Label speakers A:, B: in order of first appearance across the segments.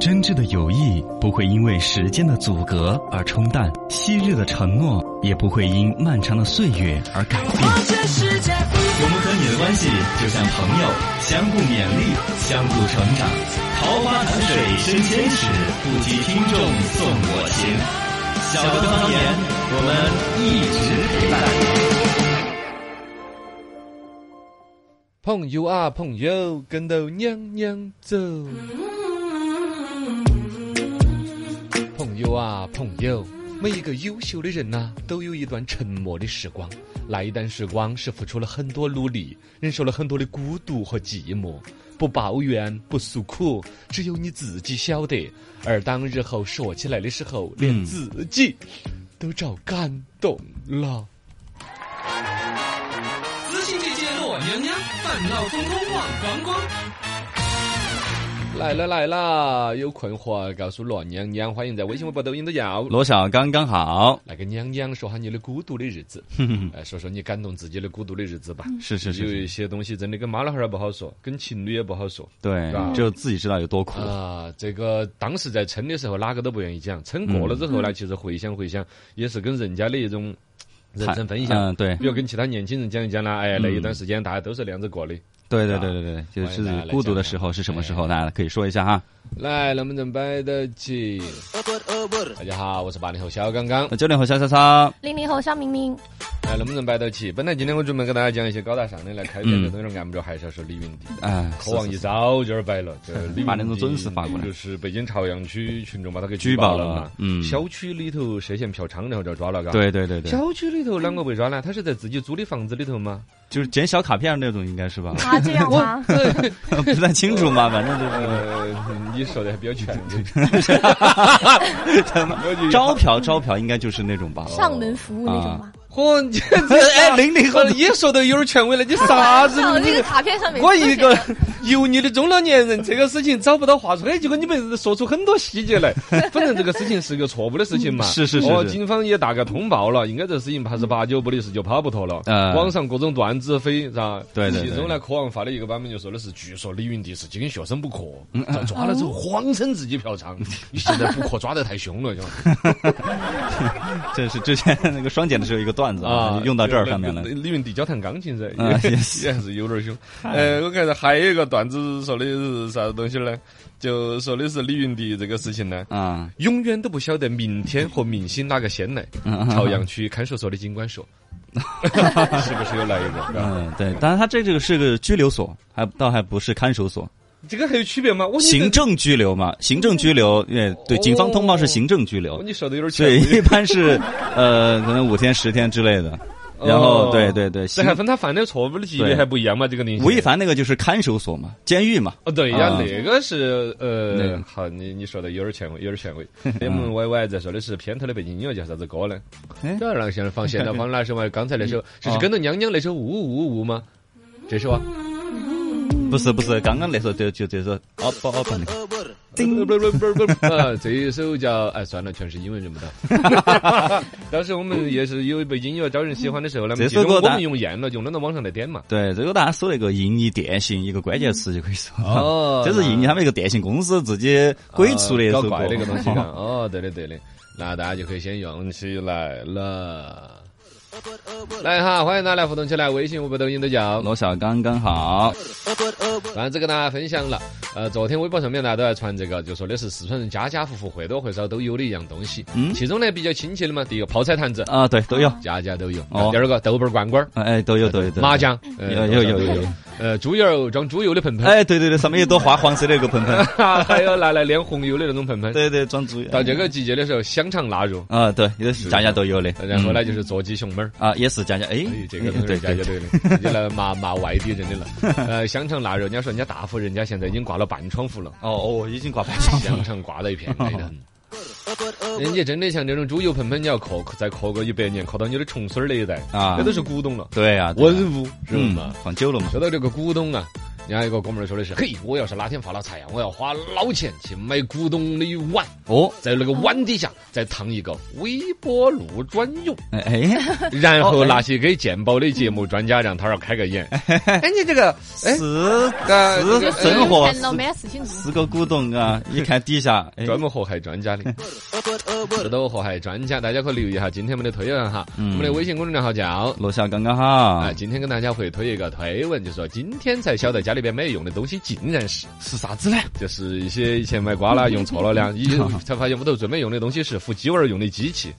A: 真挚的友谊不会因为时间的阻隔而冲淡，昔日的承诺也不会因漫长的岁月而改变。我们和你的关系就像朋友，相互勉励，相互成长。桃花潭水深千尺，不及听众送我情。小的方言，我们一直陪伴。
B: 朋友啊，朋友，跟到娘娘走。朋友啊，朋友，每一个优秀的人呐、都有一段沉默的时光。那一段时光是付出了很多努力，忍受了很多的孤独和寂寞。不抱怨，不诉苦，只有你自己晓得。而当日后说起来的时候，连自己都遭感动了。
C: 资讯界界落娘娘，烦恼通通忘光光。
B: 来了来了，有困惑告诉罗娘娘，欢迎在微信、微博、抖音都要。
A: 罗小刚刚好，
B: 来跟娘娘说下你的孤独的日子，哎，说说你感动自己的孤独的日子吧。
A: 是是是
B: 有一
A: 是，
B: 些东西真的跟妈老汉儿不好说，跟情侣也不好说。
A: 对
B: 是吧，
A: 只有自己知道有多苦。
B: 啊，这个当时在撑的时候，哪个都不愿意讲。撑过了之后呢，其实回想回想，也是跟人家的一种人生分享。
A: 嗯，对，
B: 比如跟其他年轻人讲一讲啦，哎，那一
A: 嗯
B: 段时间大家都是那样子过的。
A: 对
B: 是
A: 对
B: 吧
A: 对对对，就
B: 欢迎大家
A: 是
B: 来
A: 孤独的
B: 讲
A: 时
B: 讲
A: 候是什么时候？大家可以说一下哈。
B: 来，能不能摆得起？大家好，我是八零后小刚刚。
A: 那九零后小小超，
D: 零零后肖明明，
B: 哎，能不能摆到起？本来今天我准备给大家讲一些高大上的，来开
A: 嗯
B: 篇的那种按不着，还是要说李云迪。
A: 哎，
B: 渴望一早就儿摆了，这李云迪
A: 把那种准时发过来
B: 就是北京朝阳区群众把他给
A: 举报
B: 报
A: 了
B: 嘛。
A: 嗯
B: 小区里头涉嫌嫖娼，然后就抓了，嘎。。
A: 对对对对，
B: 小区里头啷个被抓呢？他是在自己租的房子里头吗？
A: 就是剪小卡片那种，应该是吧？
D: 啊，这样吗？
A: 不太清楚嘛，反正就是
B: 呃，你说的还比较全 面。
A: 招嫖招嫖，应该就是那种吧。
D: 上门服务那种吗？
B: 嚯，你这哎，
A: 零零后
B: 也说的有点权威了，你啥子？
D: 啊，
B: 你
D: 这个卡片上面
B: 我
D: 都
B: 一
D: 写
B: 个
D: 着，
B: 油腻的中老年人，这个事情找不到话说，哎，结果你们说出很多细节来。 反正这个事情是个错误的事情嘛，
A: 是是是
B: 哦，
A: 是
B: 警方也大概通报了，应该这事情怕是八九不离十就跑不脱了。
A: 呃
B: 网上各种段子飞，啥？
A: 对对对
B: 其中呢，科王发的一个版本就说的是，据说李云迪是经学生补
A: 嗯
B: 课，遭抓了之后谎称自己嫖娼，现在补课抓得太凶了，就。
A: 这是之前那个双减的时候一个段子啊，用到这儿上面了。
B: 李云迪教弹钢琴噻，
A: 啊
B: 也
A: yes
B: 也还是有点凶。呃，我看到还有一个段子说的是啥东西呢？就说的是李云迪这个事情呢。
A: 啊，
B: 永远都不晓得明天和明星哪个先来。
A: 啊
B: 朝阳区看守所的警 官说：“是不是又来一个是吧？
A: 嗯，对，当然他这这个是个拘留所，还倒还不是看守 所，
B: 这个还有区别吗？”我
A: 行，政拘留嘛，行政拘 留，呃，对，警方通报是行政拘
B: 我
A: 留，
B: 你说的有点
A: 所以
B: 权
A: 一
B: 威。
A: 般是呃，可能五天十天之类的。然后，
B: 哦
A: 对对对，
B: 这
A: 行
B: 还分他犯的错误的级别
A: 对
B: 还不一样嘛？这个东西。
A: 吴亦凡那个就是看守所嘛，监狱嘛。
B: 哦，对呀，
A: 啊
B: 那个是
A: 那
B: 呃
A: 个，
B: 好，你你说的有点权威，有点权 威。M Y Y 在说的是片头的背景音乐叫啥子歌呢？
A: 哎
B: 这让先放现在放那首嘛？刚才那首是
A: 哦
B: 跟着娘娘那首呜呜呜吗？这首啊，
A: 不是不是，刚刚那首就就这首哦不哦不那个，
B: 不不不不不， 啊，这一首叫哎算了，全是英文认不到。 当时我们也是有背景音乐招人喜欢的时候呢，
A: 嗯这
B: 其
A: 首
B: 中
A: 歌
B: 我
A: 大
B: 们用厌了，用到网上来点嘛。
A: 对，这个大家搜了一个印尼电信一个关键词就可以搜到。
B: 哦
A: 这是印尼他们一个电信公司自己鬼出的一
B: 搞
A: 首歌
B: 怪那个东 西啊。哦，对的对的，那大家就可以先用起来了。来哈，欢迎大家来互动起来，微信、微博、抖音都叫。
A: 罗小刚刚好，
B: 上次跟大家分享了，呃，昨天微博上面大家都在传这个，就说的是四川人家家户户或多或少都有的一样东西。
A: 嗯
B: 其中呢比较亲切的嘛，第一个泡菜坛子，
A: 啊，对，都有，
B: 家家都有。
A: 哦
B: 第二个豆瓣儿罐罐儿、
A: 哎，都有，都有，都有
B: 麻，将，呃
A: 嗯有有有有。
B: 都
A: 有，
B: 呃，猪油装猪油的盆盆，
A: 哎，对对对，上面有朵花，黄色的一个盆盆，
B: 还有拿来炼红油的那种盆盆。
A: 对对，装猪
B: 到这个季节的时候，香肠腊肉，呃
A: 啊，对，有的是家家都有的，
B: 然后
A: 嗯
B: 呢就是做鸡熊猫儿。
A: 啊，也是家家，哎
B: 哎，，这个
A: 哎
B: 都
A: 对
B: 是家
A: 对
B: 家
A: 对，
B: 队的，人家来骂骂外地人的了。 呃，香肠腊肉，人家说人家大户人家现在已经挂了半窗户了，
A: 哦哦，已经挂牌上
B: 香肠挂了 一片来的。人家真的像这种猪油盆盆，你要刻再刻个一百年，刻到你的重孙儿那一代，
A: 啊
B: 哎那，都是古董了，
A: 对啊，对啊
B: 文物是不是
A: 嗯
B: 嘛？，
A: 放久了嘛，
B: 说到这个古董啊，人家一个哥们儿说的是，嘿，我要是哪天发了财呀，啊我要花老钱去买古董的碗，
A: 哦，
B: 在那个碗底下再烫一个微波炉专用，
A: 哎哎，
B: 然后拿去给鉴宝的节目专家让他儿开个眼。 哎，你这个哎
A: 十
B: 呃
A: 十
B: 这个
A: 生活
D: 看到没得事情做。
A: 十个古董 啊，一看底下，哎，
B: 专门祸害专家 的，是都祸害专家，大家可以留意一下今天我们的推文哈，
A: 嗯
B: 我们的微信公众号叫。
A: 落下刚刚好
B: 啊，，今天跟大家会推一个推文，就说今天才晓得家里边没用的东西竟然是
A: 是啥子呢？
B: 就是一些以前买瓜 啦用错了的，以后才发现屋头最没用的东西是孵鸡娃儿用的机 器。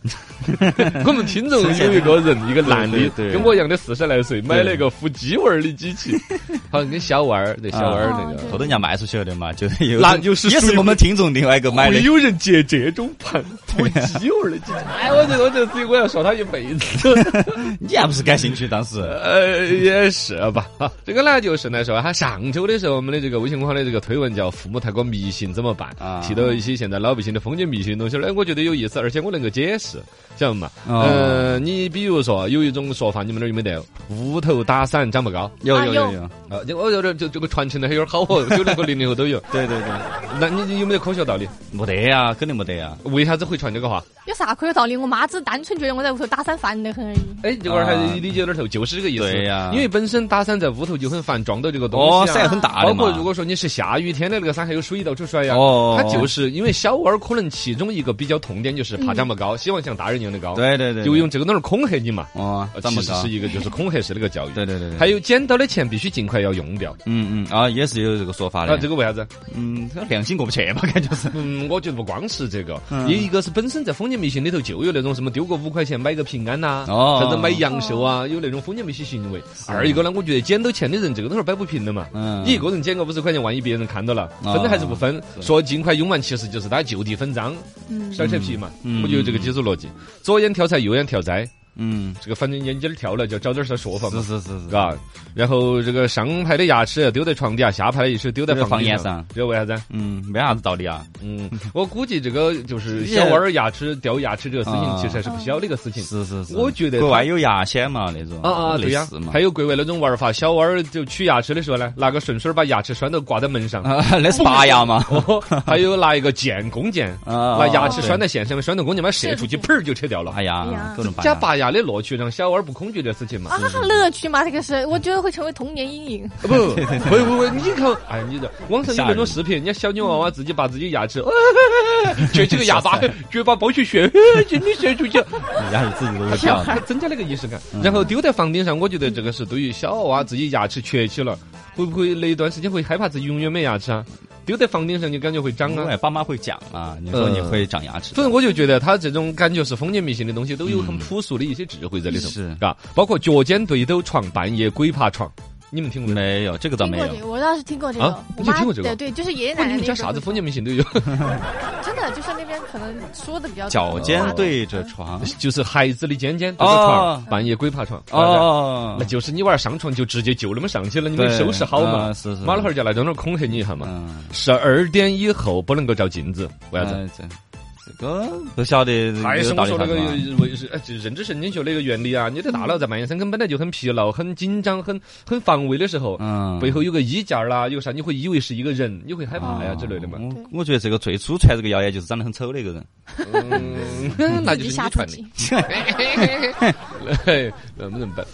B: 我们听众有一个人，一个男的
A: 对，对对
B: 跟我一样的四十来岁，买了一个孵鸡娃儿的机 器，好像跟小娃儿对小娃儿那
D: 哦
B: 个。
A: 后头人家卖出去了的嘛，就是 有
B: 那就是哎
A: 也
B: 属于
A: 是我们听众另外一个买的
B: 会，有哦人接这种盘孵鸡娃儿的机器？哎，我觉得我这事情我要说他一辈子。
A: 你还不是感兴趣？当时
B: 呃，也是吧。 啊这个呢，就是来说，他上周的时候，我们的这个微信公号的这个推文叫“父母太过迷信怎么办”，
A: 啊
B: 提到一些现在老百姓的封建迷信的东西，哎，我觉得有意思，而且我能够解释，晓得嘛？
A: 哦
B: 呃，你比如说有一种说法，你们那儿有没得？屋头打伞长不高。
A: 有
D: 啊
A: 有
D: 有
A: 有有，
B: 啊，这我觉得这这个传承的还有点好哦，九零后、零零后 都有。
A: 对对对，
B: 那你你有没得科学道理？
A: 没得呀，肯定没得呀。
B: 为啥子会传这个话？
D: 有啥科学道理？我妈只单纯觉得我在屋头打伞烦得很而已。
B: 哎，这个儿还
A: 啊
B: 理解有点头，就是这个意思。
A: 对呀
B: 因为本身打伞在屋头就很烦，撞到这个东西、啊。
A: 哦，伞很大
B: 包
A: 的
B: 括
A: 嘛。
B: 如果说你是下雨天的那个伞还有水到处哎摔呀，
A: 哦，
B: 它就是因为小娃儿可能其中一个比较痛点就是怕长不高，希望像大人一样的高，
A: 对对对，
B: 就用这个东西恐吓你嘛。
A: 哦
B: 呃，
A: 长
B: 其
A: 不
B: 实
A: 高
B: 是。一个就是恐吓式的一个教育。
A: 对对对对，
B: 还有捡到的钱必须尽快要用掉。
A: 嗯嗯啊，也是有这个说法
B: 啊，
A: 的。
B: 这个为啥子？
A: 嗯，这个良心过不去 吧，感觉是。
B: 嗯，我觉得不光是这个，
A: 嗯
B: 也一个是本身在封建迷信里头就有那种什么丢个五块钱买个平安呐、
A: 哦
B: 啥子买阳寿啊，有那种封建迷信行为。二一个呢，我觉得捡到钱的人这个东西儿摆不平的嘛。
A: 嗯，
B: 你一个人捡个五十块钱，万一别人看到了，分
A: 啊
B: 还是不分？说尽快用完，其实就是大家就地分赃，
D: 嗯，
B: 甩扯皮嘛。
A: 嗯
B: 我就有这个基础逻辑，左眼挑财，右眼挑灾，
A: 嗯，
B: 这个反正眼睛儿跳了，就找点儿啥说法
A: 是
B: 嘛。
A: 是是是，
B: 嘎，然后这个上排的牙齿要丢在床底下，下排的牙齿要丢在
A: 丢在啊
B: 房
A: 房
B: 檐
A: 檐上
B: 这为啥子？
A: 嗯，没啥子道理啊。
B: 嗯，我估计这个就是小娃儿牙齿掉牙齿这个事情，
A: 啊
B: 其实还是不小的一个事情。
A: 是是是，
B: 我觉得
A: 国外有牙签嘛那种
B: 啊啊，对
A: 类
B: 呀
A: 似嘛，
B: 还有国外那种玩法，小娃儿就取牙齿的时候呢，拿个顺水儿把牙齿拴到挂在门上，
A: 啊，那是拔牙嘛。
B: 哦， 还有拿一个箭弓箭，
A: 啊
B: 拿牙齿拴在线上面，拴到弓箭把它射出去，
D: 射出
B: 砰儿就扯掉了。
A: 哎
D: 哎
A: 呀
D: 呀，
A: 各种拔
B: 加
A: 牙。
B: 拔牙的乐趣让小娃儿不恐惧这事情嘛？
D: 啊，乐趣嘛，这个是，我觉得会成为童年阴影。
B: 不，不不不，你看，哎，你这网上有那种视频，人家小女娃娃自己拔自己牙齿， 撅起个牙巴，撅把包起血， 真的射出 去，
A: 牙齿自己都会掉。
B: 还增加了个仪式感。
A: 嗯
B: 然后丢在房顶上，我觉得这个是对于小娃娃自己牙齿缺起了，会不会那一段时间会害怕自己永远没牙齿啊？丢在房顶上就感觉会长
A: 因
B: 啊
A: 为。爸妈会讲啊，你说你会长牙齿
B: 反，正我就觉得他这种感觉是封建迷信的东西，都有很朴素的一些智慧在里头，
A: 是
B: 嘎。包括脚尖对斗床，半夜鬼爬床，你们听过没？
A: 没有这个倒
D: 听
A: 没
D: 过这
A: 有。
D: 个，我倒是听过这
B: 啊
D: 个。
B: 你
D: 我
B: 就
D: 妈
B: 听过这个
D: 对对，就是爷爷
B: 不，
D: 奶
B: 你
D: 奶那
B: 们家
D: 边
B: 啥子
D: 会
B: 封建迷信都有，
D: 真的就是那边可能说的比较
A: 脚尖对着 床。
B: 就是孩子的尖尖对着床
A: 哦，
B: 半夜鬼爬床。啊
A: 哦
B: 那就是你娃儿上床就直接就那么上去了，你没收拾好嘛？
A: 嗯是是
B: 马老汉儿就来在那儿恐吓你一下嘛。
A: 嗯，
B: 十二点以后不能够照镜子，为啥子？
A: 呃这这个不晓得
B: 嗯还是
A: 有道
B: 我
A: 理
B: 说
A: 啥
B: 那
A: 子
B: 个
A: 嘛？
B: 为是哎，这认知神经学的一个原理啊！你的大脑在半夜三更本来就很疲劳、很紧张、很很防卫的时候，
A: 嗯，哦
B: 背后有个衣架啦，有啥你会以为是一个人，你会害怕
A: 啊
B: 呀之类的嘛。
A: 我我觉得这个最初传这个谣言就是长得很丑的一个人。
B: 嗯， 那
D: 自
B: 就
D: 己
B: 是
D: 吓
B: 你
D: 自
B: 传的
D: 己。。
B: 嘿，能不能办？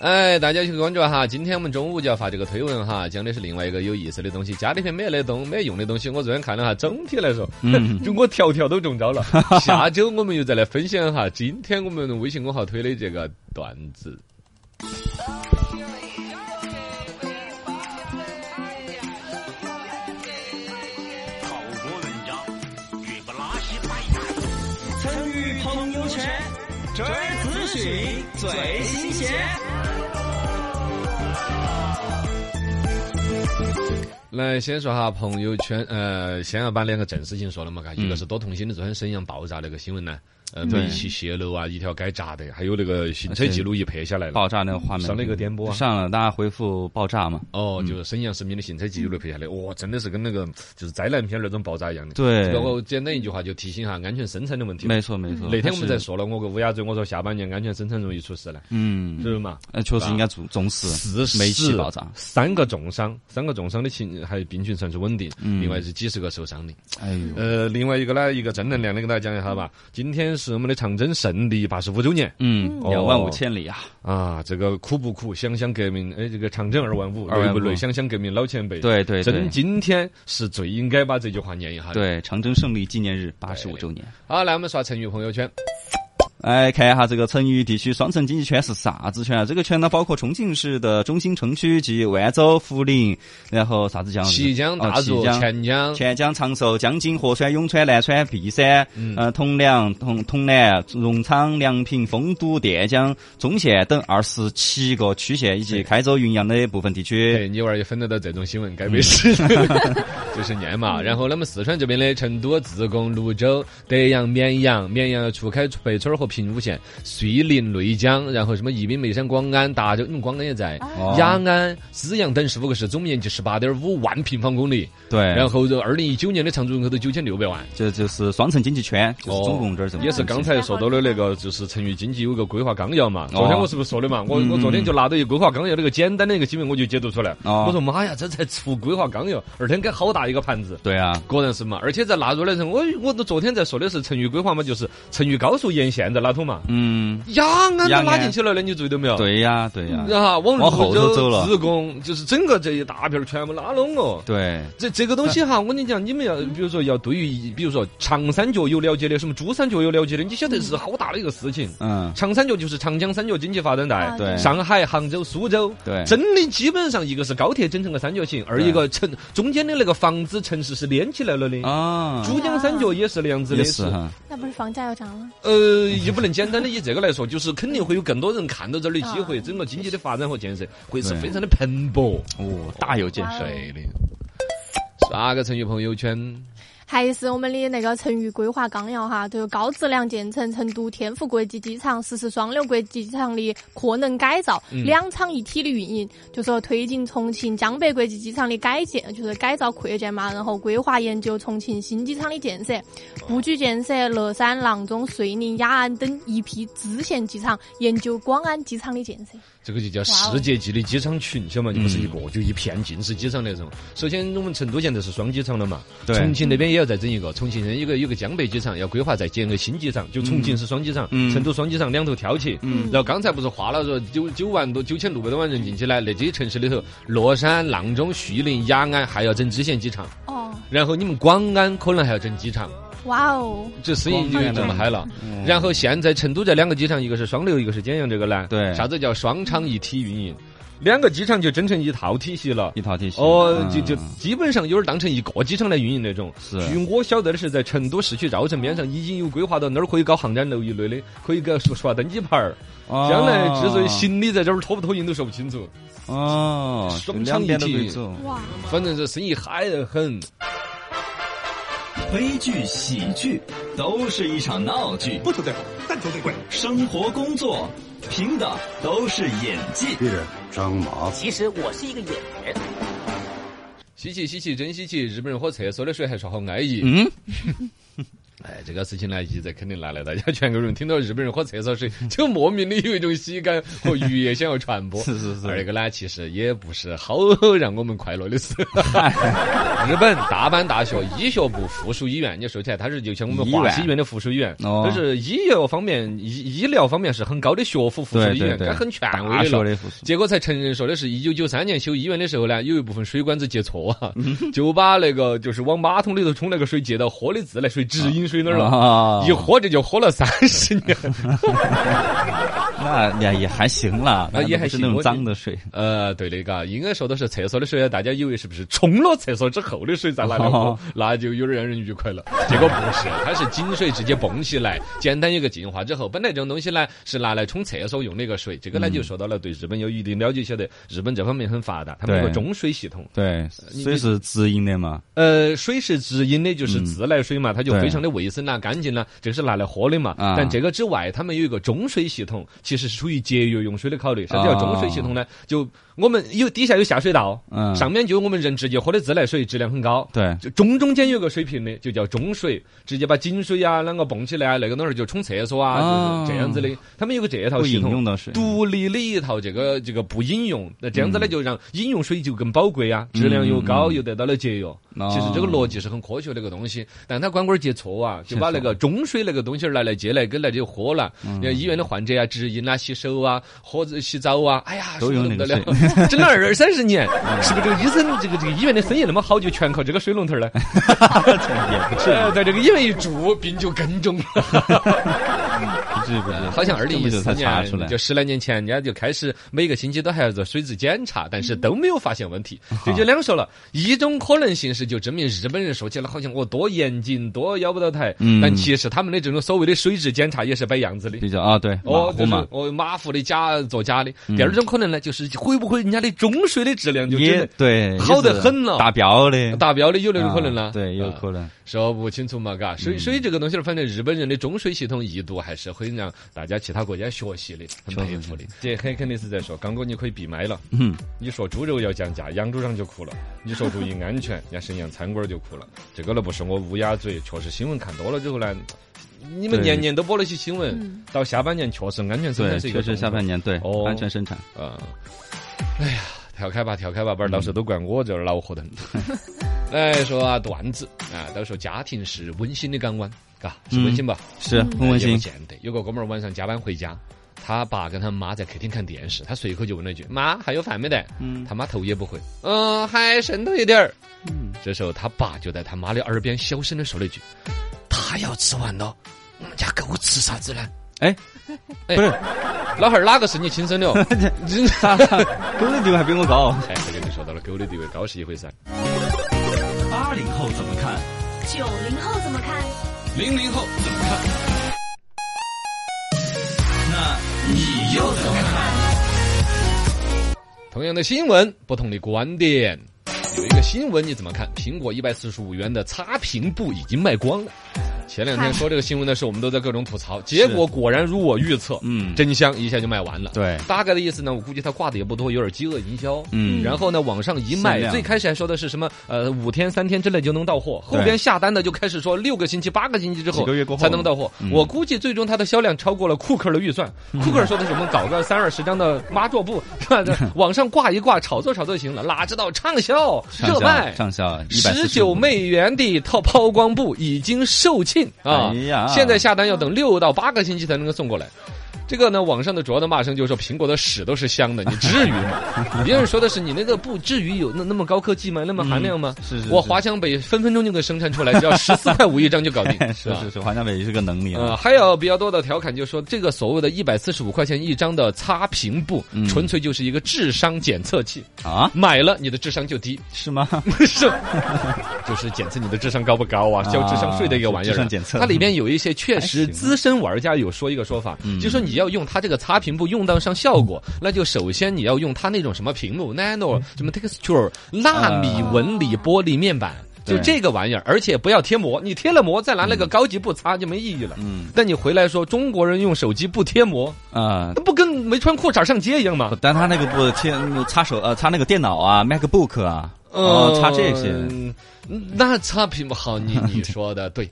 B: 哎，大家去关注哈！今天我们中午就要发这个推文哈，讲的是另外一个有意思的东西，家里面没得东没用的东西。我昨天看了哈，整体来说，
A: 嗯
B: 就我条条都 中招了。下周我们又再来分享哈，今天我们微信公号推的这个段子。
E: 好国文章，绝不拉稀败家。参与朋友圈，这儿资讯最新鲜。
B: 来，先说哈朋友圈，呃，先要把两个正事情说了嘛，嘎，一个是多同心的昨天沈阳爆炸那个新闻呢，呃，
A: 对
B: 煤气泄漏啊，一条街炸的，啊还有那个行车记录仪拍下来了，
A: 爆炸那个画面
B: 哎上了一个电波啊
A: 上了，大家回复爆炸嘛？
B: 哦，就是沈阳市民的行车记录仪拍下来，哇，真的是跟那个就是灾难片那种爆炸一样的。
A: 对
B: 这个我简单一句话就提醒哈安全生产的问题。
A: 没错没错。
B: 那天我们在
A: 但是，
B: 说了，我个乌鸦嘴，我说下半年安全生产容易出事了，
A: 嗯
B: 知，道吗？
A: 呃，确实应该重重视
B: 四十
A: 煤气爆炸。
B: 三个重伤，三个重伤的情还病情算是稳定，另外是几十个受伤的。
A: 哎呦，
B: 呃，另外一个呢，一个正能量的，给大家讲一下吧。今天是我们的长征胜利八十五周年
A: 嗯，
B: 哦
A: 两万五千里啊，
B: 啊，这个苦不苦？想想革命，哎，这个长征二万五，
A: 二万
B: 累
A: 五
B: 不累？想想革命老前辈。
A: 对对对
B: 真今天是最应该把这句话念一下的。，
A: 对，长征胜利纪念日八十五周年。
B: 好，来我们刷成语朋友圈。
A: 来看一下这个成渝地区双城经济圈是啥子圈啊？这个圈呢，包括重庆市的中心城区及万州、涪陵，然后啥子江？
B: 綦江、
A: 哦
B: 大
A: 綦
B: 如、
A: 江、
B: 黔江、
A: 黔江、长寿、江津、合川、永川、南川、璧山，呃，铜梁、铜铜南、荣昌、梁平、丰都、垫江、忠县等二十七个区县以及开州、云阳的部分地区。
B: 哎，你娃儿也分得到这种新闻，该没事， 就是念嘛。然后那么四川这边的成都、自贡、泸州、德阳、绵阳、绵阳除开北村儿和平谷县、遂宁、内江，然后什么宜宾、眉山、广安、达州，嗯，广安也在，
A: 哦
B: 雅安、资阳等十五个市，总面积十八点五万平方公里。
A: 对，
B: 然后二零一九年的常住人口都九千六百万。
A: 这就是双城经济圈，就是总共这儿这么
B: 哦也是刚才说到的那个，就是成渝经济有个规划纲要嘛。昨天我是不是说的嘛？我我昨天就拿到一个规划纲要那个简单的一个新闻，我就解读出来。
A: 哦
B: 我说妈呀，这才出规划纲要，二天该好大一个盘子。
A: 对啊，
B: 果然是嘛，而且在纳入的时候，我我昨天在说的是成渝规划嘛，就是成渝高速沿线在哪头嘛？
A: 嗯，
B: 雅安都
A: 雅安
B: 拉进去啊了，那你注意到没有？。
A: 对呀、对呀、
B: 啊，往
A: 往后
B: 泸
A: 头走了
B: 州、自贡，就是整个这一大片儿全部拉拢哦。
A: 对。
B: 这这个东西哈，我跟你讲，你们要
A: 嗯
B: 比如说要对于比如说长三角有了解的，什么珠三角有了解的，你晓得是好大的一个事情。
A: 嗯，
B: 长三角就是长江三角经济发展带
D: 啊，
A: 对
B: 上海、杭州、苏州，
A: 对
B: 真的基本上一个是高铁整成个三角形，二一个城中间的那个房子城市是连起来了的。
A: 啊，
B: 珠江三角也是那哦样子
A: 也
B: 的，
A: 是哈，
D: 那不是房价要涨了？
B: 呃，也不能简单的以这个来说，就是肯定会有更多人看到这儿的机会，整个经济的发展和建设会是
A: 啊对
B: 非常的蓬勃。
A: 哦，大有建设。
B: 对的，刷个成语朋友圈。
D: 还是我们的那个成渝规划纲要哈，对高质量建成成都天府国际机场实施双流国际机场的扩能改造，两场一体的运营，就说推进重庆江北国际机场的改建，就是改造扩建嘛，然后规划研究重庆新机场的建设，布局建设乐山、阆中、遂宁、雅安等一批支线机场，研究广安机场的建设。
B: 这个就叫
D: 哇哦
B: 世界级的机场群，晓得嘛？就不是一个，就一片尽是机场那种。
D: 嗯
B: 首先，我们成都现在是双机场了嘛，
A: 对
B: 重庆那边也要再整一个，重庆人有个有个江北机场，要规划再建个新机场，就重庆是双机场，
A: 嗯
B: 成都双机场两头挑起。
A: 嗯
B: 然后刚才不是花了说九九万多九千六百多万人进去呢？那些城市里头，乐山、阆中、遂宁、雅安还要整支线机场，
D: 哦，
B: 然后你们广安可能还要整机场，
D: 哇哦，
B: 这生意就这么嗨了。
A: 嗯
B: 然后现在成都这两个机场，一个是双流，一个是简阳，这个呢，
A: 对
B: 啥子叫双场一体运营？两个机场就整成一套体系了。
A: 一套体系
B: 哦，就就
A: 嗯
B: 基本上有点当成一个机场来运营那种。
A: 是
B: 据我晓得的是，在成都市区绕城边上已经有规划到那儿可以搞航站楼一类的，可以搞刷刷登机牌儿。
A: 嗯
B: 将来之所以行李在这儿托不托运都说不清楚，
A: 哦，
B: 双
A: 就
B: 枪
A: 两边
B: 一
A: 都可以
B: 体
A: 走。
D: 哇，
B: 反正这生意嗨得很。
E: 悲剧、喜剧都是一场闹剧，不求最好，但求最贵。生活、工作，凭的都是演技。
F: 艺人张麻子。
G: 其实我是一个演员。
B: 稀奇稀奇，真稀奇！日本人喝厕所的水还说好安逸。
A: 嗯，
B: 哎，这个事情呢，现在肯定来了，大家全国人听到日本人喝厕所水，
A: 嗯
B: 就莫名的有一种喜感和愉悦想要传 播。
A: 是是是
B: 而这个呢，其实也不是好 让我们快乐 的事。日本大阪大学医学部附属医院，你说起来，它是就像我们
A: 医
B: 华
A: 院
B: 西医院的附属医院，
A: 哦
B: 就是医药方面、医医疗方面是很高的学府附属
A: 对
B: 医
A: 对
B: 院，
A: 对，
B: 它很权
A: 大
B: 威
A: 学
B: 了。
A: 的附属
B: 结果才承认说的是，一九九三年修医院的时候呢，有一部分水管子接错 啊，
A: 嗯
B: 就把那个就是往马桶里头冲那个水接到喝的自
A: 哦
B: 来水、直饮水那儿了。
A: 啊
B: 一喝这就喝了三十年，
A: 那也也还行啦，
B: 那啊也还行
A: 是那种脏的水。
B: 呃，对的，嘎，应该说的是厕所的水，大家以为是不是冲了厕所之后的水再来喝
A: 哦，
B: 那就有点让人愉快了。结果不是，它是井水直接蹦起来，简单一个净化之后，本来这种东西呢是拿来冲厕所用的一个水，这个
A: 嗯
B: 呢就说到了对日本有一定了解，晓得日本这方面很发达，他们有个
A: 对
B: 中水系统，
A: 对，所以是直饮的嘛。
B: 呃，水是直饮的，就是
A: 嗯
B: 自来水嘛，它就
A: 对
B: 非常的卫生啦、干净啦，这个是拿来喝的嘛。
A: 啊
B: 但这个之外，他们有一个中水系统，其实是出于节约用水的考虑。啥子叫中水系统呢？就我们有底下有下水道，
A: 嗯
B: 上面就我们人直接喝的自来水，质量很高。
A: 对
B: 就中中间有个水平的，就叫中水，直接把井水啊啷个蹦起来啊，那个东西就冲厕所啊，
A: 啊
B: 就是这样子的。他们有个这套
A: 不
B: 系
A: 饮
B: 统
A: 用。的水。
B: 独立的一套这个这个不饮用，那这样
A: 嗯
B: 子呢，就让饮用水就更宝贵啊，质量又高，又得到了节约。
A: 哦
B: 其实这个逻辑是很科学的一个东西，但他管管儿接错啊，就把那个中水那个东西儿拿来接来跟来就喝了。
A: 嗯
B: 呃医院的患者啊，直饮啊、洗手啊、喝洗澡啊，哎 呀，
A: 都
B: 舒服
A: 用
B: 得
A: 那
B: 不
A: 个
B: 得 了，整了二三十年，是不是这个医生这个这个医院的生意那么好，就全靠这个水龙头儿 呢？
A: 也不至于，
B: 呃在这个医院一住，病就更重了。
A: 不至于，不至于。
B: 好像二零一
A: 这么久
B: 四
A: 才查出来
B: 年， 就十来年前，人家就开始每个星期都还要做水质检查，但是都没有发现问 题。这就两说了，一种可能性是就证明日本人说起来好像我多严谨，多要不到台，
A: 嗯
B: 但其实他们的这种所谓的水质检查也是摆样子的。
A: 比较啊，对，马，
B: 哦就
A: 虎
B: 是
A: 嘛，嗯
B: 哦，马虎的假做假的。第二种可能呢，就是会不会人家的中水的质量就真
A: 也
B: 的
A: 对，
B: 好得
A: 也是
B: 很了
A: 达标的，
B: 达标的，有那种
A: 啊
B: 可能呢？
A: 对，有
B: 啊
A: 可能。
B: 说不清楚嘛，嘎，所以所以这个东西儿，反正日本人的中水系统一度还是很让大家其他国家学习的，很佩服的。这很肯定是在说，刚哥你可以闭麦了。
A: 嗯，
B: 你说猪肉要降价，扬州长就哭了；你说注意安全，人家沈阳餐馆儿就哭了。这个呢不是我乌鸦嘴，确实新闻看多了之后呢，你们
A: 对
B: 年年都播那些新闻，到下半年确实安全生
A: 对，
B: 产是一个
A: 确实
B: 重
A: 下半年对
B: 哦
A: 安全生产。
B: 啊，哎呀，跳开吧，跳开
A: 嗯
B: 吧，不然到时候都怪我这儿恼火的 很。来说啊，段子啊，都说家庭是温馨的港湾，嘎，是温馨吧？
A: 是
B: 哎
A: 很嗯温
B: 也
A: 馨
B: 不，见得，有个哥们儿晚上加班回家，他爸跟他妈在客厅看电视，他随口就问了一句：“妈，还有饭没得？”
A: 嗯
B: 他妈头也不回，嗯，还剩头一点儿。
A: 嗯
B: 这时候他爸就在他妈的耳边小声的说了一句：“他要吃完了，我们家狗吃啥子呢？”
A: 哎，
B: 哎
A: 不是，
B: 老汉儿哪个是你亲生的哦？真的
A: 他他狗的地位还比我高。
B: 哎，这个就说到了狗的地位高是一回事儿。
A: 八零后怎么看？
F: 九零后怎么看？
C: 零零后怎么看？
A: 那你又怎么看？
B: 同样的新闻，不同的观点。有一个新闻你怎么看？苹果一百四十五元的擦屏布已经卖光了。前两天说这个新闻的时候，我们都在各种吐槽，结果果然如我预测，
A: 嗯，
B: 真香一下就卖完了。
A: 对，
B: 大概的意思呢，我估计它挂的也不多，有点饥饿营销。
A: 嗯
B: 然后呢，往上一
A: 限
B: 卖，
A: 量
B: 最开始还说的是什么？呃，五天、三天之内就能到货，后
A: 对
B: 边下单的就开始说六个星期、八个星期之后
A: 几个月过后
B: 才能到货。
A: 嗯
B: 我估计最终它的销量超过了库克的预算。库克说的是我们搞个三二十张的麻桌布，是吧？
A: 嗯
B: 往上挂一挂，炒作炒作就行了。哪知道畅销热卖。
A: 上校一百
B: 十九美元的一套抛光布已经售罄啊
A: 哎！呀
B: 现在下单要等六到八个星期才能够送过来。这个呢，网上的主要的骂声就是说苹果的屎都是 香的，你至于吗？别人说的是你那个不至于有那那么高科技吗？那么含量吗？
A: 嗯是是
B: 我
A: 是，
B: 华强北分分钟就能生产出来，只要十四块五一张就搞定
A: 是
B: 吧
A: 是是，华强北也是个能力
B: 呃，
A: 啊，
B: 还有比较多的调侃，就说这个所谓的一百四十五块钱一张的擦屏布，
A: 嗯
B: 纯粹就是一个智商检测器，
A: 啊，
B: 买了你的智商就低，
A: 是吗？
B: 是， 就是检测你的智商高不高啊，交智商税的一个玩意儿啊。
A: 智商检测
B: 它里面有一些确
A: 还
B: 实
A: 行啊
B: 资深玩家有说一个说法，
A: 嗯
B: 就说你要用它这个擦屏布用到上效果，那就首先你要用它那种什么屏幕 nano
A: 嗯
B: 什么 texture 纳米纹理玻璃面板。就
A: 啊对
B: 这个玩意儿，而且不要贴膜，你贴了膜再拿那个高级布擦就没意义了。
A: 嗯
B: 但你回来说中国人用手机不贴膜，
A: 啊
B: 那。不跟没穿裤衩上街一样吗？
A: 但他那个不切擦手呃，擦那个电脑啊，MacBook 啊，哦，擦这些，
B: 嗯那差评不 好，你你说的对。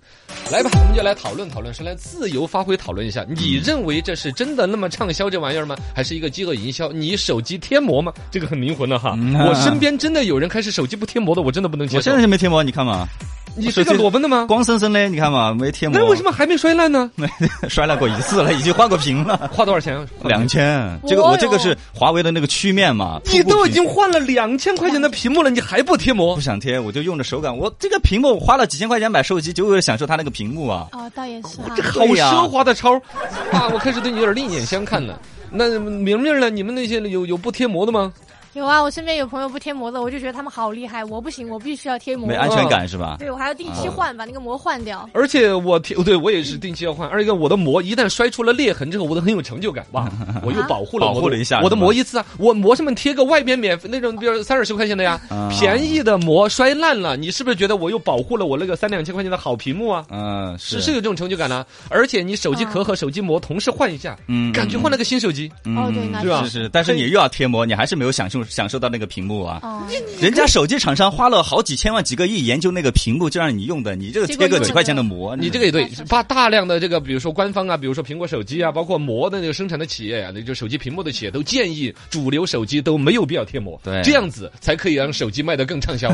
B: 来吧，我们就来讨论讨论，是来自由发挥讨论一下。你认为这是真的那么畅销这玩意儿吗？还是一个饥饿营销？你手机贴膜吗？这个很灵魂的哈。
A: 嗯啊
B: 我身边真的有人开始手机不贴膜的，我真的不能接
A: 我
B: 受
A: 现在。就没贴膜，你看嘛，
B: 你是
A: 手
B: 个
A: 机
B: 裸奔的吗？
A: 光生生的，你看嘛，没贴膜。
B: 嗯那为什么还没摔烂呢？
A: 么 摔了过一次了？已经换过屏了，
B: 花多少钱啊？
A: 两千。这个
D: 哇哟
A: 我这个是华为的那个曲面嘛，
B: 你都已
A: 瀑布屏
B: 经换了两千块钱的屏幕了，你还不贴膜
A: 不？想贴，我就用着手感。我这个屏幕我花了几千块钱买手机，就为了享受它那个屏幕啊。
D: 哦啊，倒也是哈。
B: 这好奢华的超儿啊！我开始对你有点另眼相看了。那明明呢？你们那些有有不贴膜的吗？
D: 有啊，我身边有朋友不贴膜的，我就觉得他们好厉害，我不行，我必须要贴膜。
A: 没安全感是吧？
D: 对，我还要定期换，把那个膜换掉。
B: 而且我贴，对我也是定期要换。二一个，我的膜一旦摔出了裂痕之后，我都很有成就感， 哇！我又保护了
A: 保
B: 我的
A: 护了一下
B: 我
A: 是
B: 的
A: 吧
B: 膜一次啊，我膜上面贴个外边免费那种，比如三十块钱的呀
A: 啊，
B: 便宜的膜摔烂了，你是不是觉得我又保护了我那个三两千块钱的好屏幕啊？
A: 嗯，
B: 是是有这种成就感呢、而且你手机壳和手机膜同时换一下，
A: 嗯
B: 感觉换了个新手机。
A: 嗯
D: 哦对那
A: 是
B: 倒
A: 吧
B: 是
A: 是是，但是你又要贴膜，你还是没有享受享受到那个屏幕啊。
D: 哦，
A: 人家手机厂商花了好几千万、几个亿研究那个屏幕，就让你用的，你这个
D: 结
A: 贴
D: 果
A: 个
D: 用
A: 几
D: 了
A: 块钱的膜，
B: 你这个也对，把大量的这个，比如说官方啊，比如说苹果手机啊，包括膜的那个生产的企业啊，那就手机屏幕的企业都建议主流手机都没有必要贴膜，
A: 对
B: 这样子才可以让手机卖得更畅 销。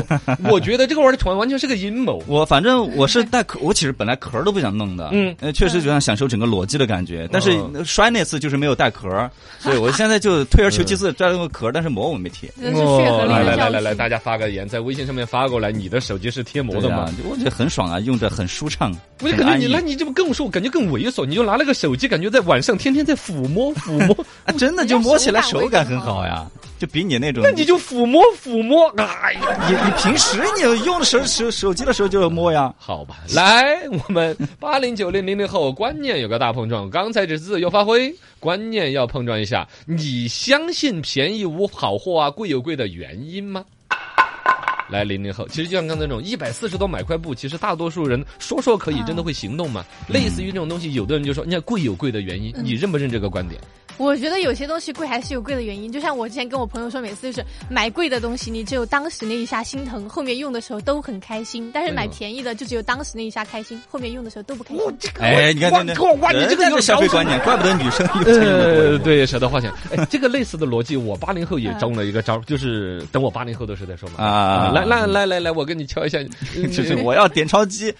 B: 我觉得这个玩意儿完全是个阴谋。
A: 我反正我是带壳，我其实本来壳儿都不想弄的，
B: 嗯
A: 呃，确实就想享受整个裸机的感觉。但是
B: 嗯
A: 那摔那次就是没有带壳儿，所以我现在就退而求其次，摘了个壳儿，但是膜我没贴。
D: 这是血和
B: 哦
D: 泪
B: 来
D: 的
B: 来
D: 教
B: 来来来，
D: 训。
B: 大家发个言，在微信上面发过来，你的手机是贴膜的
A: 呀
B: 吗？，
A: 我觉得很爽啊，用着很舒畅，
B: 我就
A: 很
B: 感觉
A: 安
B: 你，
A: 逸
B: 那。你这不更说，我感觉更猥琐，你就拿了个手机，感觉在晚上天天在抚摸抚摸，
A: 啊真的就摸起来手感很好呀，就比你那种。
B: 那你就抚摸抚摸，哎呀。
A: 你你平时你用手手手机的时候就摸呀。
B: 好吧，来，我们八零九零零零后观念有个大碰撞，刚才只是自由发挥，观念要碰撞一下。你相信便宜无好货啊，贵有贵的原因吗？来，零零后，其实就像刚才那种一百四十多买块布，其实大多数人说说
A: 啊
B: 可以，真的会行动吗？类似于这种东西，有的人就说，人家贵有贵的原因，
A: 嗯
B: 你认不认这个观点？
D: 我觉得有些东西贵还是有贵的原因，就像我之前跟我朋友说，每次就是买贵的东西，你只有当时那一下心疼，后面用的时候都很开心；但是买便宜的，就只有当时那一下开心，后面用的时候都不开心。
A: 哎，你看，你看，哇，你这个有消费观念，怪不得女生有这个。
B: 呃，对，舍得花钱。 哎，这个类似的逻辑，我八零后
A: 嗯
B: 也中了一个招儿，就是等我八零后的时候再说嘛。
A: 啊
B: 来来来来来，我跟你敲一下， 嗯
A: 就是我要点钞机，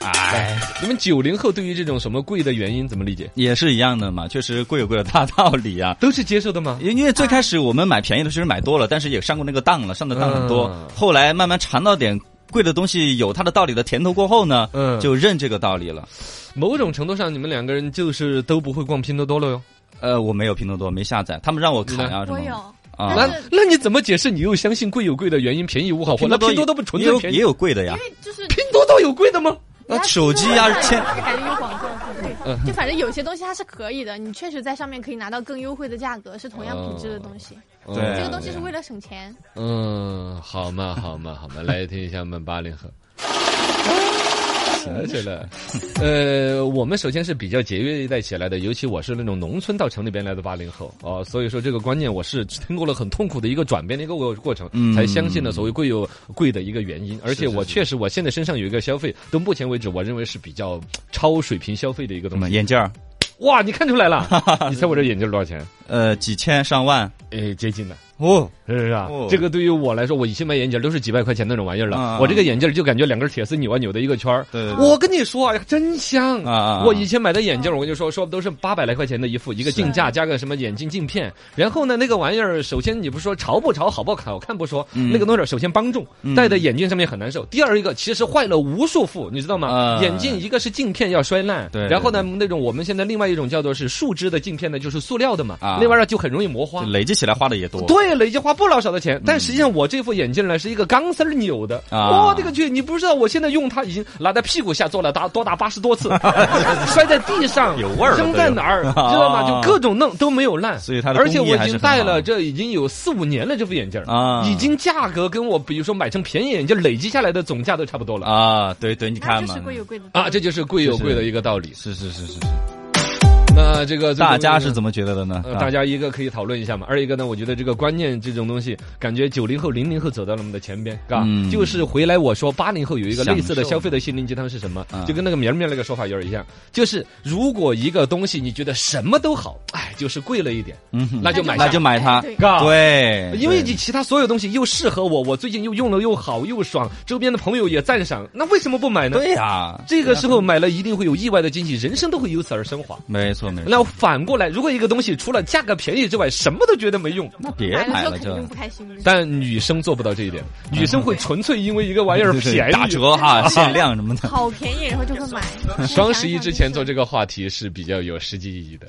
A: 哎，
B: 你们九零后对于这种什么贵的原因怎么理解？
A: 也是一样的嘛，确实贵有贵的大道理啊。
B: 都是接受的吗？
A: 因为最开始我们买便宜的，确实买多了，但是也上过那个当了，上的当很多
B: 嗯。
A: 后来慢慢尝到点贵的东西有它的道理的甜头过后呢，
B: 嗯
A: 就认这个道理了。
B: 某种程度上，你们两个人就是都不会逛拼多多了哟。
A: 呃，我没有拼多多，没下载，他们让我砍
B: 嗯
A: 啊什
D: 我
A: 么
D: 有，
A: 啊。
B: 那
D: 但是
B: 那你怎么解释？你又相信贵有贵的原因，便宜无好货？那拼多多不纯
A: 也
B: 粹
A: 有
B: 便
A: 也
B: 宜？嗯
A: 有贵的呀
D: 因，为就是
B: 拼多多有贵的吗？
A: 那手机呀、千嗯
D: 感觉有广告，对，就反正有些东西它是可以的，你确实在上面可以拿到更优惠的价格，是同样品质的东西。
A: 对
D: 这
A: 啊
D: 个东西是为了省钱，
B: 嗯，好嘛，好嘛，好嘛，来听一下我们 八零后。想起来，呃，我们首先是比较节约带起来的，尤其我是那种农村到城里边来的八零后哦，所以说这个观念我是经过了很痛苦的一个转变的一个过过程，
A: 嗯
B: 才相信了所谓贵有贵的一个原因。而且
A: 是是
B: 我
A: 是
B: 确实，我现在身上有一个消费，到目前为止我认为是比较超水平消费的一个
A: 什
B: 东
A: 么
B: 西。
A: 眼镜儿，
B: 哇，你看出来了？你猜我这眼镜多少钱？
A: 呃，几千上万
B: 哎，接近了。
A: 哦，
B: 是不是啊？
A: 哦
B: 这个对于我来说，我以前买眼镜都是几百块钱那种玩意儿了。
A: 啊
B: 我这个眼镜就感觉两根铁丝扭啊扭的一个圈儿。
A: 对对对
B: 我跟你说，哎呀，真香
A: 啊啊啊
B: 我以前买的眼镜，我跟你说，说都是八百来块钱的一副，一个镜架加个什么眼镜镜片。然后呢，那个玩意儿，首先你不说潮不潮、好不好看不说，
A: 嗯
B: 那个东西儿首先帮众，
A: 嗯
B: 戴在眼镜上面很难受。第二一个，其实坏了无数副，你知道吗？
A: 啊
B: 眼镜一个是镜片要摔烂，
A: 对对
B: 然后呢，那种我们现在另外一种叫做是树脂的镜片呢，就是塑料的嘛，
A: 啊
B: 那玩意儿就很容易磨花。
A: 累积起来花的也多。嗯
B: 对，累计花不老少的钱，但实际上我这副眼镜呢是一个钢丝儿扭的。
A: 啊
B: 我的个去！你不知道我现在用它已经拿在屁股下坐了达多达八十多 次，摔在地上，
A: 有味儿了
B: 扔
A: 都
B: 在
A: 有
B: 哪儿， 知
A: 啊
B: 道吗？就各种弄都没有烂。
A: 所以它的
B: 而且
A: 工艺
B: 我已
A: 还是
B: 经
A: 很
B: 戴
A: 好
B: 了这已经有四五年了，这副眼镜儿
A: 啊
B: 已经价格跟我比如说买成便宜眼镜累积下来的总价都差不多了。
A: 啊，对对，你
D: 那
A: 看
D: 就
A: 嘛
D: 是，贵有贵的
B: 啊，这就是贵有
A: 是
B: 贵的一个道理。
A: 是是是是是，
B: 那这个最
A: 大
B: 重要
A: 家
B: 的
A: 是怎么觉得的呢？啊
B: 呃，大家一个可以讨论一下嘛，二一个呢，我觉得这个观念这种东西，感觉九零后、零零后走到了我们的前边，嘎、
A: 嗯
B: 就是回来我说八零后有一个类似的
A: 享受
B: 消费的心灵鸡汤是什么
A: 啊？
B: 就跟那个苗苗那个说法有点一样，就是如果一个东西你觉得什么都好，哎，就是贵了一点，
A: 嗯哼，
B: 那就买
A: 那就买它，
D: 对
B: 嘎。
A: 对，
B: 因为
A: 对
B: 你其他所有东西又适合我，我最近又用了又好又爽，周边的朋友也赞赏，那为什么不买呢？
A: 对呀，
B: 这个时候买了一定会有意外的惊喜，人生都会由此而升华。
A: 没错没错，
B: 那反过来，如果一个东西除了价格便宜之外，什么都觉得没用，
A: 那别
D: 买了
A: 买
D: 之
A: 了就
D: 后肯定不开心。
B: 但女生做不到这一点，女生会纯粹因为一个玩意儿
A: 对对对
B: 便宜
A: 嗯 打。折哈，限量什么的。
D: 好便宜，然后就会买。
B: 双十一之前做这个话题是比较有实际意义的。